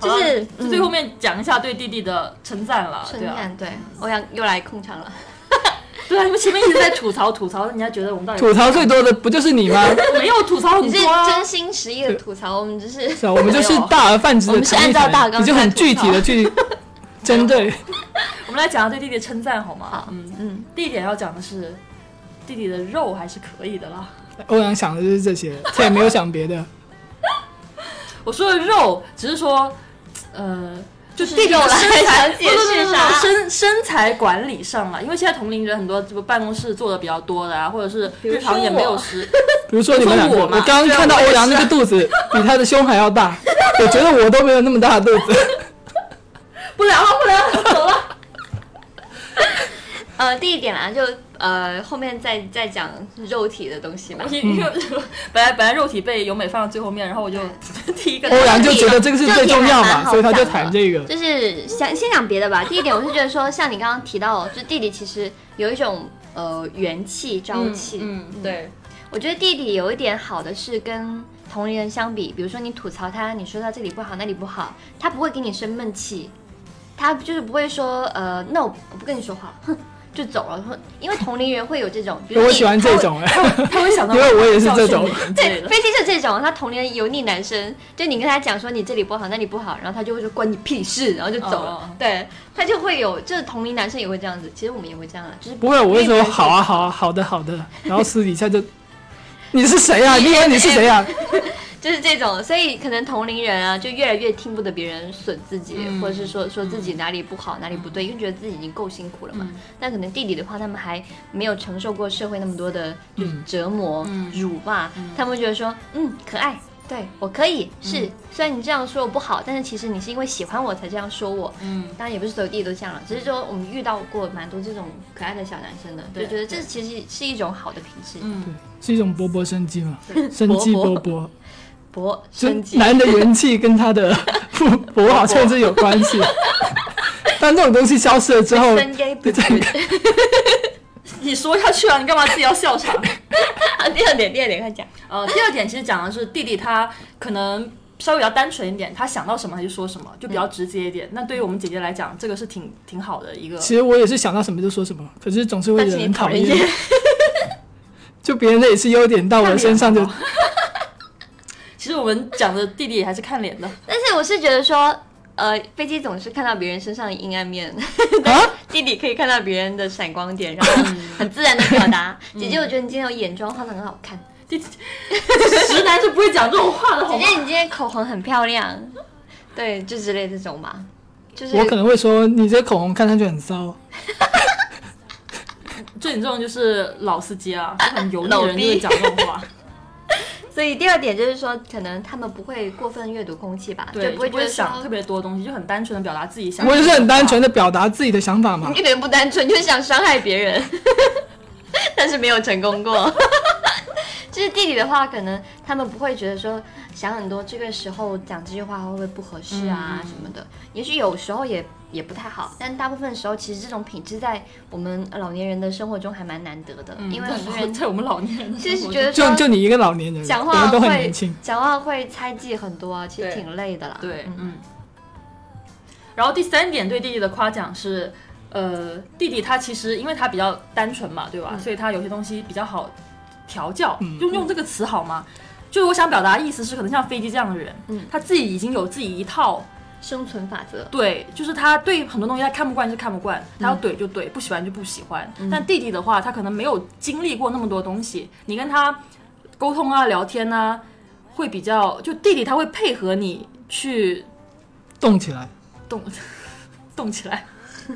Speaker 2: 啊就是嗯
Speaker 1: 就最后面讲一下对弟弟的称赞了，
Speaker 2: 春
Speaker 1: 对啊，
Speaker 2: 感，对，欧阳又来控场了。
Speaker 1: 对啊，你们前面一直在吐槽吐槽，人家觉得我们到底
Speaker 3: 吐槽最多的不就是 你吗？
Speaker 1: 没有吐槽
Speaker 2: 你
Speaker 1: 很
Speaker 2: 是
Speaker 1: 多啊，
Speaker 2: 真心实意的吐槽，我们只是
Speaker 3: 是啊，我们就是大而泛之
Speaker 2: 我
Speaker 3: 的
Speaker 2: 们是
Speaker 3: 成立
Speaker 2: 按照大纲
Speaker 3: 你就很
Speaker 2: 在吐槽
Speaker 3: 具体的去针对。
Speaker 1: 我们来讲下对弟弟的称赞好吗？
Speaker 2: 好
Speaker 1: 嗯，
Speaker 2: 嗯，
Speaker 1: 第一点要讲的是，弟弟的肉还是可以的啦。
Speaker 3: 欧阳想的就是这些，他也没有想别 的。
Speaker 1: 我说的肉，只是说，呃，就
Speaker 2: 就是
Speaker 1: 弟弟
Speaker 2: 肉
Speaker 1: 的
Speaker 2: 啦
Speaker 1: 身材，
Speaker 2: 想
Speaker 1: 不
Speaker 2: 解
Speaker 1: 不
Speaker 2: 释
Speaker 1: 不不
Speaker 2: 啥
Speaker 1: 不身身材管理上了，因为现在同龄人很多，这个办公室做的比较多的啊，或者是
Speaker 2: 如
Speaker 1: 日
Speaker 2: 说
Speaker 1: 常也没有
Speaker 2: 我
Speaker 1: 时，
Speaker 3: 比如说你们两个，
Speaker 1: 说
Speaker 3: 我
Speaker 1: 我嘛
Speaker 3: 刚刚看到欧阳那个肚子比他的胸还 要大，我觉得我都没有那么大的肚子。
Speaker 1: 不聊了不聊了，走了。
Speaker 2: 呃，第一点啦，就呃后面再再讲肉体的东西吧。
Speaker 3: 嗯
Speaker 1: 因为本来本来肉体被由美放到最后面，然后我就 第一 个
Speaker 3: 欧
Speaker 2: 啊
Speaker 3: 阳就觉得这个是最重要嘛，所以他就谈这个。
Speaker 2: 就是想先讲别的吧。第一点，我是觉得说，像你刚刚提到，就是弟弟其实有一种呃元气、朝气。
Speaker 1: 嗯，嗯对，
Speaker 2: 我觉得弟弟有一点好的是跟同龄人相比，比如说你吐槽他，你说他这里不好那里不好，他不会给你生闷气，他就是不会说呃那我不跟你说话，哼就走了。哼因为同龄人会有这种，比如
Speaker 3: 我
Speaker 2: 你
Speaker 3: 喜欢这种哎、
Speaker 1: 他会想到
Speaker 3: 因为我也是这
Speaker 1: 教
Speaker 3: 种
Speaker 1: 训你之类
Speaker 2: 对，
Speaker 1: 的。
Speaker 2: 飞机是这种，他同龄油腻男生，就你跟他讲说你这里不好，那里不好，然后他就会说关你屁事，然后就走了。
Speaker 1: 哦
Speaker 2: 对他就会有，就是同龄男生也会这样子，其实我们也会这样啊，就是
Speaker 3: 不会，我会
Speaker 2: 因
Speaker 3: 说
Speaker 2: 为
Speaker 3: 好啊，好啊，好的，好的。然后私底下就，你是谁呀、啊？你以为你是谁呀、啊？
Speaker 2: 就是这种，所以可能同龄人啊，就越来越听不得别人损自己，
Speaker 1: 嗯嗯
Speaker 2: 或者是说说自己哪里不好、哪里不对，因为觉得自己已经够辛苦了嘛。那可能弟弟的话，他们还没有承受过社会那么多的就是
Speaker 1: 嗯
Speaker 2: 折磨、辱骂，他们会觉得说，嗯，可爱。对我可以是，
Speaker 1: 嗯
Speaker 2: 虽然你这样说我不好，但是其实你是因为喜欢我才这样说我。
Speaker 1: 嗯，
Speaker 2: 当然也不是所有弟弟都这样了，只是说我们遇到过蛮多这种可爱的小男生的，就
Speaker 1: 对
Speaker 2: 觉得这其实是一种好的品质。
Speaker 1: 嗯，
Speaker 3: 是一种勃勃生机嘛，生机勃勃，
Speaker 2: 博
Speaker 3: 就
Speaker 2: 升级，
Speaker 3: 男的元气跟他的 勃勃好像是有关系。当这种东西消失了之后，
Speaker 2: 升 gay 不
Speaker 3: 这个
Speaker 1: 你说下去啊，你干嘛自己要笑场？
Speaker 2: 啊， 第二点，第二点，快讲。
Speaker 1: 呃，第二点其实讲的是弟弟他可能稍微比较单纯一点，他想到什么他就说什么，就比
Speaker 2: 嗯
Speaker 1: 较直接一点。那对于我们姐姐来讲，这个是挺挺好的一个。
Speaker 3: 其实我也是想到什么就说什么，可是总是会惹人讨
Speaker 2: 但是你讨
Speaker 3: 厌
Speaker 2: 厌。
Speaker 3: 就别人的也是优点，到我的身上就
Speaker 1: 看其实我们讲的弟弟也还是看脸的，
Speaker 2: 但是我是觉得说，呃，飞机总是看到别人身上的阴暗面，
Speaker 3: 啊，
Speaker 2: 弟弟可以看到别人的闪光点，然后很自然的表 达。姐姐，我觉得你今天有眼妆画的很好看，
Speaker 1: 直男是不会讲这种话的，好
Speaker 2: 姐
Speaker 1: 吗
Speaker 2: 姐？你今天口红很漂亮，对，就之类这种吧。就是
Speaker 3: 我可能会说你这口红看上去很骚，
Speaker 1: 最严重的就是老司机啊，就很油腻的人就会讲这种 话，
Speaker 2: 所以第二点就是说，可能他们不会过分阅读空气吧，
Speaker 1: 对，
Speaker 2: 不
Speaker 1: 就
Speaker 2: 会
Speaker 1: 不
Speaker 2: 觉得
Speaker 1: 会想特
Speaker 2: 说
Speaker 1: 别多的东西，就很单纯的表达自己想。
Speaker 3: 我就是很单纯的表达自己的想法 嘛
Speaker 2: 你。一点都不单纯，就是想伤害别人， 但是没有成功过。 就是弟弟的话，可能他们不会觉得说想很多，这个时候讲这句话会不会不合适啊
Speaker 1: 嗯
Speaker 2: 什么的。也许有时候也也不太好，但大部分时候其实这种品质在我们老年人的生活中还蛮难得的，因为很多
Speaker 1: 在
Speaker 2: 人
Speaker 1: 嗯 在我们老年人的
Speaker 2: 嗯就
Speaker 1: 生
Speaker 2: 是
Speaker 1: 活
Speaker 2: 觉
Speaker 1: 中，
Speaker 2: 得
Speaker 3: 就
Speaker 2: 说
Speaker 3: 就你一个老年人，
Speaker 2: 讲
Speaker 3: 我
Speaker 2: 话
Speaker 3: 们都很
Speaker 2: 会
Speaker 3: 年轻。
Speaker 2: 讲话会猜忌很多啊，其实
Speaker 1: 对
Speaker 2: 挺累的啦。
Speaker 1: 对，
Speaker 2: 嗯
Speaker 1: 嗯。然后第三点对弟弟的夸奖是，呃，弟弟他其实因为他比较单纯嘛，对吧？
Speaker 2: 嗯
Speaker 1: 所以他有些东西比较好调教，
Speaker 3: 嗯
Speaker 1: 就用这个词好吗？就是我想表达的意思是，可能像飞机这样的人，
Speaker 2: 嗯
Speaker 1: 他自己已经有自己一套，
Speaker 2: 生存法则。
Speaker 1: 对，就是他对很多东西他看不惯就看不惯，
Speaker 2: 嗯
Speaker 1: 他要怼就怼，不喜欢就不喜欢。但弟弟的话，他可能没有经历过那么多东西，你跟他沟通啊、聊天啊，会比较就弟弟他会配合你去
Speaker 3: 动起来，
Speaker 1: 动 动起来。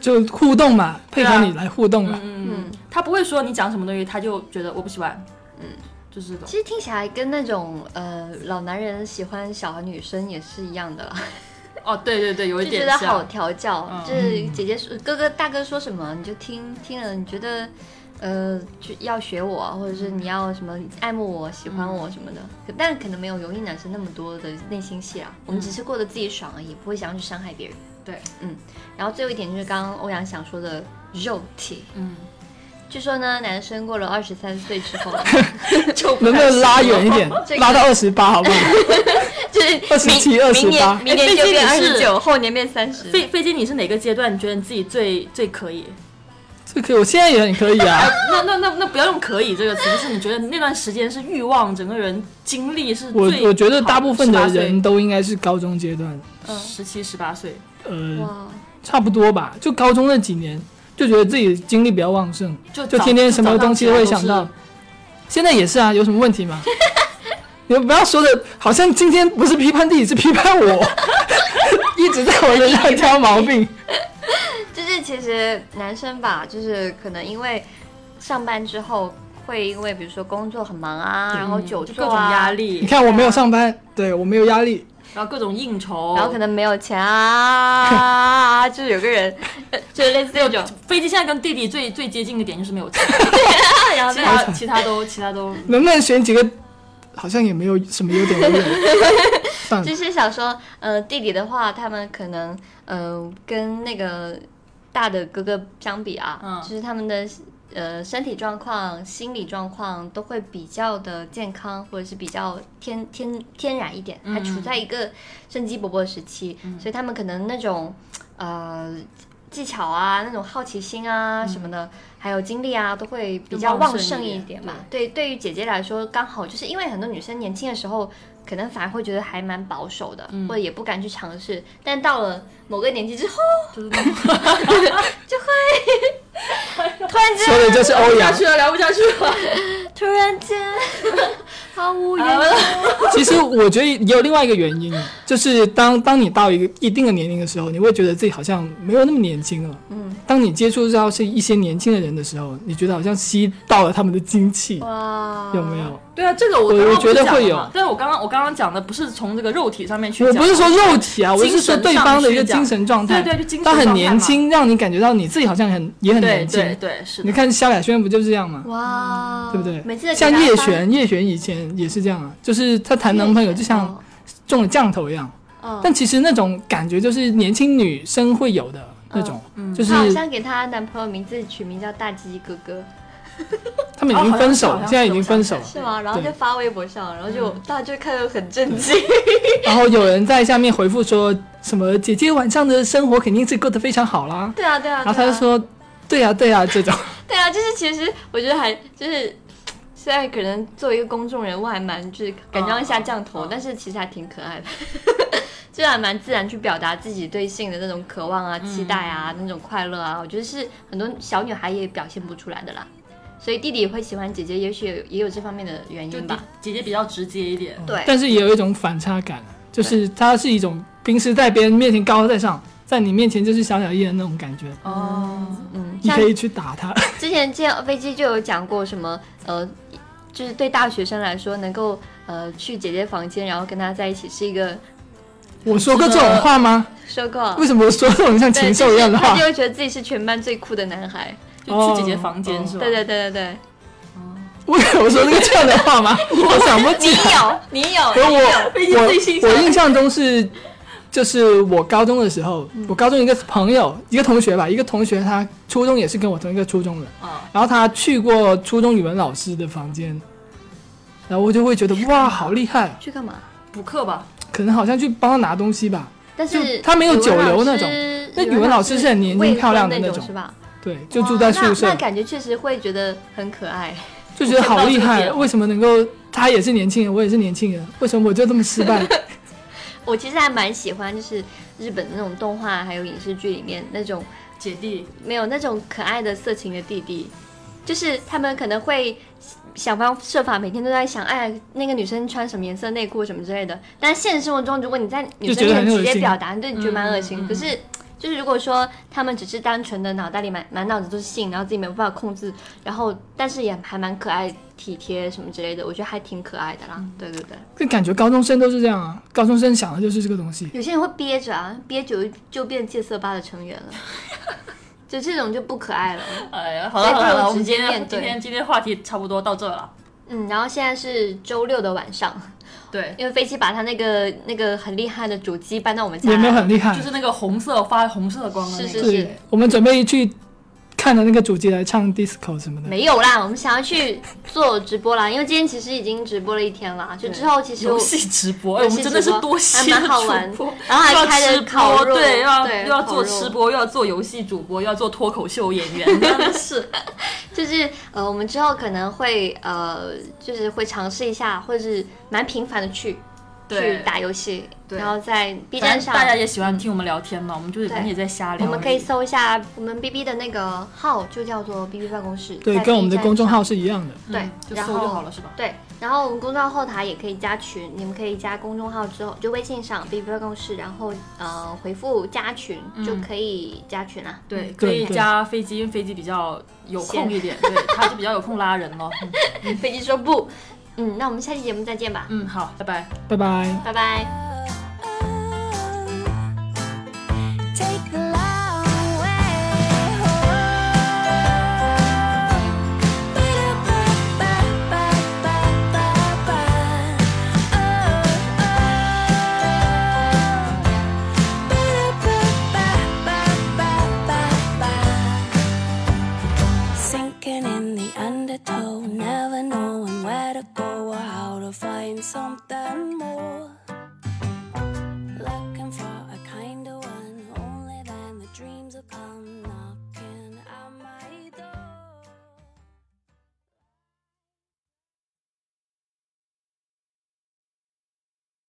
Speaker 3: 就互动嘛，配
Speaker 1: 对啊
Speaker 3: 合你来互动嘛。
Speaker 1: 嗯，他不会说你讲什么东西，他就觉得我不喜欢。嗯，就是这种。
Speaker 2: 其实听起来跟那种呃老男人喜欢小女生也是一样的啦，
Speaker 1: 哦，对对对，有
Speaker 2: 就
Speaker 1: 一
Speaker 2: 觉
Speaker 1: 点
Speaker 2: 得好
Speaker 1: 像。
Speaker 2: 调教，
Speaker 1: 嗯
Speaker 2: 就是姐姐说哥哥大哥说什么你就听听了，你觉得呃就要学我啊，或者是你要什么爱慕我、喜欢我什么的，可
Speaker 1: 嗯
Speaker 2: 但可能没有油腻男生那么多的内心戏啊，我们只是过得自己爽而已，不会想要去伤害别人。
Speaker 1: 对，
Speaker 2: 嗯，然后最后一点就是刚刚欧阳想说的肉体，
Speaker 1: 嗯，
Speaker 2: 据说呢男生过了二十三岁之后。
Speaker 3: 能不能拉远一点
Speaker 2: 这，个
Speaker 3: 拉到二十八，好 不好？
Speaker 2: 就是
Speaker 3: 27
Speaker 2: 明明年
Speaker 3: 28
Speaker 2: 明年就变
Speaker 1: 哎毕竟
Speaker 2: 二十
Speaker 1: 你是
Speaker 2: 九，后年变三 十。
Speaker 1: 飞飞机，你是哪个阶段你觉得你自己最最可以？
Speaker 3: 这可以，我现在也很可以啊。
Speaker 1: 那那那那不要用“可以”这个词，就是你觉得那段时间是欲望，整个人精力是
Speaker 3: 我
Speaker 1: 最
Speaker 3: 我觉得大部分的人
Speaker 1: 18
Speaker 3: 都应该是高中阶段，
Speaker 1: 岁，嗯十七十八岁，
Speaker 3: 呃，
Speaker 2: 哇，
Speaker 3: 差不多吧，就高中那几年，就觉得自己精力比较旺盛，
Speaker 1: 就
Speaker 3: 就
Speaker 1: 早
Speaker 3: 天天什么东西都会想。
Speaker 1: 就早上起
Speaker 3: 到
Speaker 1: 来。
Speaker 3: 现在也是啊，有什么问 题吗？你们不要说的，好像今天不是批判弟弟，是批判我， 一直在我身上挑毛病。
Speaker 2: 就是其实男生吧，就是可能因为上班之后会因为比如说工作很忙啊，然后
Speaker 1: 都是
Speaker 2: 久
Speaker 1: 就
Speaker 2: 坐
Speaker 1: 各种
Speaker 2: 啊，
Speaker 1: 压
Speaker 3: 你
Speaker 1: 力，
Speaker 3: 看我没有上班，对我没有压力，
Speaker 1: 然后各种应酬，
Speaker 2: 然后可能没有钱啊， 就是有个人，呃就是类似这种，
Speaker 1: 飞机现在跟弟弟最最接近的点就是没有钱，
Speaker 2: 然后
Speaker 1: 其
Speaker 2: 被他
Speaker 1: 他其他都其他都
Speaker 3: 能不能选几个？好像也没有什么优点优点， 算了
Speaker 2: 就。是想说，呃，弟弟的话，他们可能，呃，跟那个大的哥哥相比啊，
Speaker 1: 嗯
Speaker 2: 就是他们的呃身体状况、心理状况都会比较的健康，或者是比较天天天然一点，还处在一个生机勃勃的时期，所以他们可能那种呃技巧啊、那种好奇心啊什么的，还有精力啊，都会比较旺盛一点吧。对，对于姐姐来说，刚好就是因为很多女生年轻的时候，可能反而会觉得还蛮保守的，或者也不敢去尝试。但到了某个年纪之后，
Speaker 1: 就是那种
Speaker 2: 突然
Speaker 3: 说的
Speaker 2: 间，
Speaker 3: 就是欧阳
Speaker 1: 下。去了，聊不下去了。
Speaker 2: 突然间， 毫无言
Speaker 1: 啊
Speaker 2: 语。
Speaker 3: 其实我觉得也有另外一个原因，就是当当你到一个一定的年龄的时候，你会觉得自己好像没有那么年轻了。
Speaker 2: 嗯，
Speaker 3: 当你接触到是一些年轻的人的时候，你觉得好像吸到了他们的精气，
Speaker 1: 哦
Speaker 2: 哇，
Speaker 3: 有没？有？
Speaker 1: 对啊，这个我
Speaker 3: 我
Speaker 1: 刚刚
Speaker 3: 我觉得
Speaker 1: 不讲
Speaker 3: 会
Speaker 1: 了
Speaker 3: 有
Speaker 1: 嘛但是我刚刚我刚刚讲的不是从这个肉体上面去
Speaker 3: 我
Speaker 1: 讲，
Speaker 3: 不是说肉体啊，我是说对方的一个精神状态，
Speaker 1: 对对，就精神
Speaker 3: 他很
Speaker 1: 状态
Speaker 3: 年
Speaker 1: 嘛，
Speaker 3: 轻，让你感觉到你自己好像很也很
Speaker 1: 对
Speaker 3: 年轻
Speaker 1: 对。对，是
Speaker 3: 你
Speaker 1: 的。
Speaker 3: 看萧亚轩不就是这样吗？
Speaker 2: 哇，
Speaker 3: 对不对
Speaker 2: 每次
Speaker 3: 像
Speaker 2: 给
Speaker 3: 叶
Speaker 2: 他发
Speaker 3: 璇，叶璇以前也是这样啊，就是她谈男朋友就像，中了降头一样。
Speaker 2: 哦哦哦
Speaker 3: 但其实那种感觉就是年轻女生会有的那种，就
Speaker 2: 嗯
Speaker 3: 是
Speaker 2: 她好像给她男朋友名字取名叫大鸡哥哥，
Speaker 3: 他们已经分手
Speaker 1: 哦好
Speaker 3: 了，
Speaker 1: 像是
Speaker 3: 现在已经分手了
Speaker 1: 好。
Speaker 2: 是吗？然后就
Speaker 3: 对
Speaker 2: 发微博上，然后就大家就看得很震惊。
Speaker 3: 然后有人在下面回复说什么“姐姐晚上的生活肯定是过得非常好啦
Speaker 2: 对啊，对”，啊。对
Speaker 3: 然后他
Speaker 2: 啊
Speaker 3: 就，说：“对呀、对呀、这种
Speaker 2: 对啊，就是其实我觉得还就是。虽然可能作为一个公众人物还蛮就是
Speaker 3: 嗯
Speaker 2: 敢当一下降头，但是其实还挺可爱的， 就还蛮自然去表达自己对性的那种渴望啊、期待
Speaker 3: 嗯
Speaker 2: 啊、那种快乐啊，我觉得是很多小女孩也表现不出来的啦。所以弟弟会喜欢姐姐，也许也也有这方面的原
Speaker 1: 就姐
Speaker 2: 因吧。
Speaker 1: 姐姐比较直接一点，
Speaker 2: 对，
Speaker 3: 但是也有一种反差感，就是它是一种平时在别人面前高高在上，在你面前就是小鸟依人那种感觉，
Speaker 1: 哦，
Speaker 2: 嗯，
Speaker 3: 你
Speaker 2: 像
Speaker 3: 可以去打它。
Speaker 2: 之前见飞机就有讲过什么呃，就是对大学生来说，能够呃去姐姐房间，然后跟她在一起是一个
Speaker 3: 我说过这种话吗？
Speaker 2: 收购。
Speaker 3: 为什么我说这种像
Speaker 2: 对，
Speaker 3: 禽兽一样的
Speaker 2: 就是他
Speaker 3: 话
Speaker 2: 就？ 会觉得自己是全班最酷的男孩。
Speaker 1: 就去姐姐房间
Speaker 3: 哦
Speaker 1: 是吧？
Speaker 2: 对对对对 对，
Speaker 3: 我有说这个这样的话吗？我想不
Speaker 2: 你
Speaker 3: 起来。
Speaker 2: 有你
Speaker 3: 可
Speaker 2: 有，
Speaker 3: 我
Speaker 1: 飞机最新
Speaker 3: 我
Speaker 1: 鲜
Speaker 3: 我印象中是，就是我高中的时候，
Speaker 2: 嗯
Speaker 3: 我高中一个朋友，一个同学吧，一个同学他初中也是跟我同一个初中的，
Speaker 2: 哦
Speaker 1: 啊，
Speaker 3: 然后他去过初中语文老师的房间，然后我就会觉得哇，好厉害啊，
Speaker 2: 去干嘛？
Speaker 1: 补课吧，
Speaker 3: 可能好像去帮他拿东西吧，
Speaker 2: 但是
Speaker 3: 就他没有九流那种那
Speaker 2: 语
Speaker 3: 语文老师是很年轻
Speaker 2: 未婚
Speaker 3: 漂亮的
Speaker 2: 那
Speaker 3: 那种
Speaker 2: 是吧？哦
Speaker 3: 对，就住在宿
Speaker 2: 哇那
Speaker 3: 舍
Speaker 2: 那，感觉确实会觉得很可爱。
Speaker 3: 就觉得好厉
Speaker 1: 我看到这个
Speaker 3: 害，
Speaker 1: 点
Speaker 3: 为什么能够他也是年轻人，我也是年轻人，为什么我就这么失败？
Speaker 2: 我其实还蛮喜欢，就是日本的那种动画还有影视剧里面那种
Speaker 1: 姐弟
Speaker 2: 没有那种可爱的色情的弟弟，就是他们可能会想方设法，每天都在想，哎呀，那个女生穿什么颜色内裤什么之类的。但现实生活中，如果你在女生
Speaker 3: 就觉得
Speaker 2: 面
Speaker 3: 很
Speaker 2: 前直
Speaker 3: 恶
Speaker 2: 接
Speaker 3: 心
Speaker 2: 表达，对你觉得蛮
Speaker 1: 嗯
Speaker 2: 恶
Speaker 1: 嗯
Speaker 2: 心。
Speaker 1: 嗯
Speaker 2: 可是，就是如果说他们只是单纯的脑袋里满满脑子都是性，然后自己没有办法控制，然后但是也还蛮可爱、体贴什么之类的，我觉得还挺可爱的
Speaker 3: 嗯
Speaker 2: 啦。对对对，
Speaker 3: 就感觉高中生都是这样啊，高中生想的就是这个东西。
Speaker 2: 有些人会憋着啊，憋久了就变戒色吧的成员了， 就这种就不可爱了。
Speaker 1: 哎呀，好了
Speaker 2: 所以
Speaker 1: 好
Speaker 2: 不如
Speaker 1: 了，我们
Speaker 2: 直接
Speaker 1: 今天
Speaker 2: 面对
Speaker 1: 今天今天话题差不多到这了。
Speaker 2: 嗯，然后现在是周六的晚上，
Speaker 1: 对，
Speaker 2: 因为飞机把他那个那个很厉害的主机搬到我们家来，
Speaker 3: 也没有很厉害，
Speaker 1: 就是那个红色发红色光的那个，
Speaker 2: 是是
Speaker 3: 对，我们准备去看的那个主机来唱 disco 什么的。
Speaker 2: 没有啦，我们想要去做直播啦，因为今天其实已经直播了一天啦，就之后其实
Speaker 1: 游
Speaker 2: 我
Speaker 1: 戏直播，哎，
Speaker 2: 游
Speaker 1: 我
Speaker 2: 戏
Speaker 1: 们真的是
Speaker 2: 直播
Speaker 1: 多线
Speaker 2: 还
Speaker 1: 的
Speaker 2: 蛮好玩
Speaker 1: 主播，
Speaker 2: 然后还
Speaker 1: 又要
Speaker 2: 开着
Speaker 1: 吃
Speaker 2: 烤
Speaker 1: 播，
Speaker 2: 肉
Speaker 1: 对，又要
Speaker 2: 对
Speaker 1: 又要
Speaker 2: 烤
Speaker 1: 做
Speaker 2: 肉
Speaker 1: 吃播，又要做游戏主播，又要做脱口秀演 员，真的是
Speaker 2: 就是呃，我们之后可能会呃，就是会尝试一下，或者是蛮频繁的去去
Speaker 1: 对
Speaker 2: 打游戏，
Speaker 1: 对
Speaker 2: 然后在 B
Speaker 1: 反
Speaker 2: 站
Speaker 1: 正
Speaker 2: 上
Speaker 1: 大家也喜欢听我们聊天嘛，我们就是
Speaker 2: 对
Speaker 1: 反正也在瞎聊而
Speaker 2: 我
Speaker 1: 已，
Speaker 2: 们可以搜一下我们 B B 的那个号，就叫做 B B 办公室，
Speaker 3: 对，
Speaker 2: 在
Speaker 3: 跟我们的
Speaker 2: B 站
Speaker 3: 公众
Speaker 2: 上
Speaker 3: 号是一样的。
Speaker 2: 对
Speaker 1: 嗯，就
Speaker 2: 然
Speaker 1: 搜
Speaker 2: 后
Speaker 1: 就好了，是吧？
Speaker 2: 对，然后我们公众号后台也可以加群，你们可以加公众号之后，就微信上 B B 办公室，然后呃回复加群、
Speaker 1: 嗯
Speaker 2: 就可以加群啦。
Speaker 1: 对，可
Speaker 3: 对
Speaker 1: 以
Speaker 3: 对
Speaker 1: 加飞机，因为飞机比较有空
Speaker 2: 嗯闲
Speaker 1: 一 点，对，他就比较有空拉人咯。嗯
Speaker 2: 飞机说不， 嗯，那我们下期节目再见吧，
Speaker 1: 嗯，好，拜拜。
Speaker 3: 拜拜。
Speaker 2: 拜拜。
Speaker 4: Take the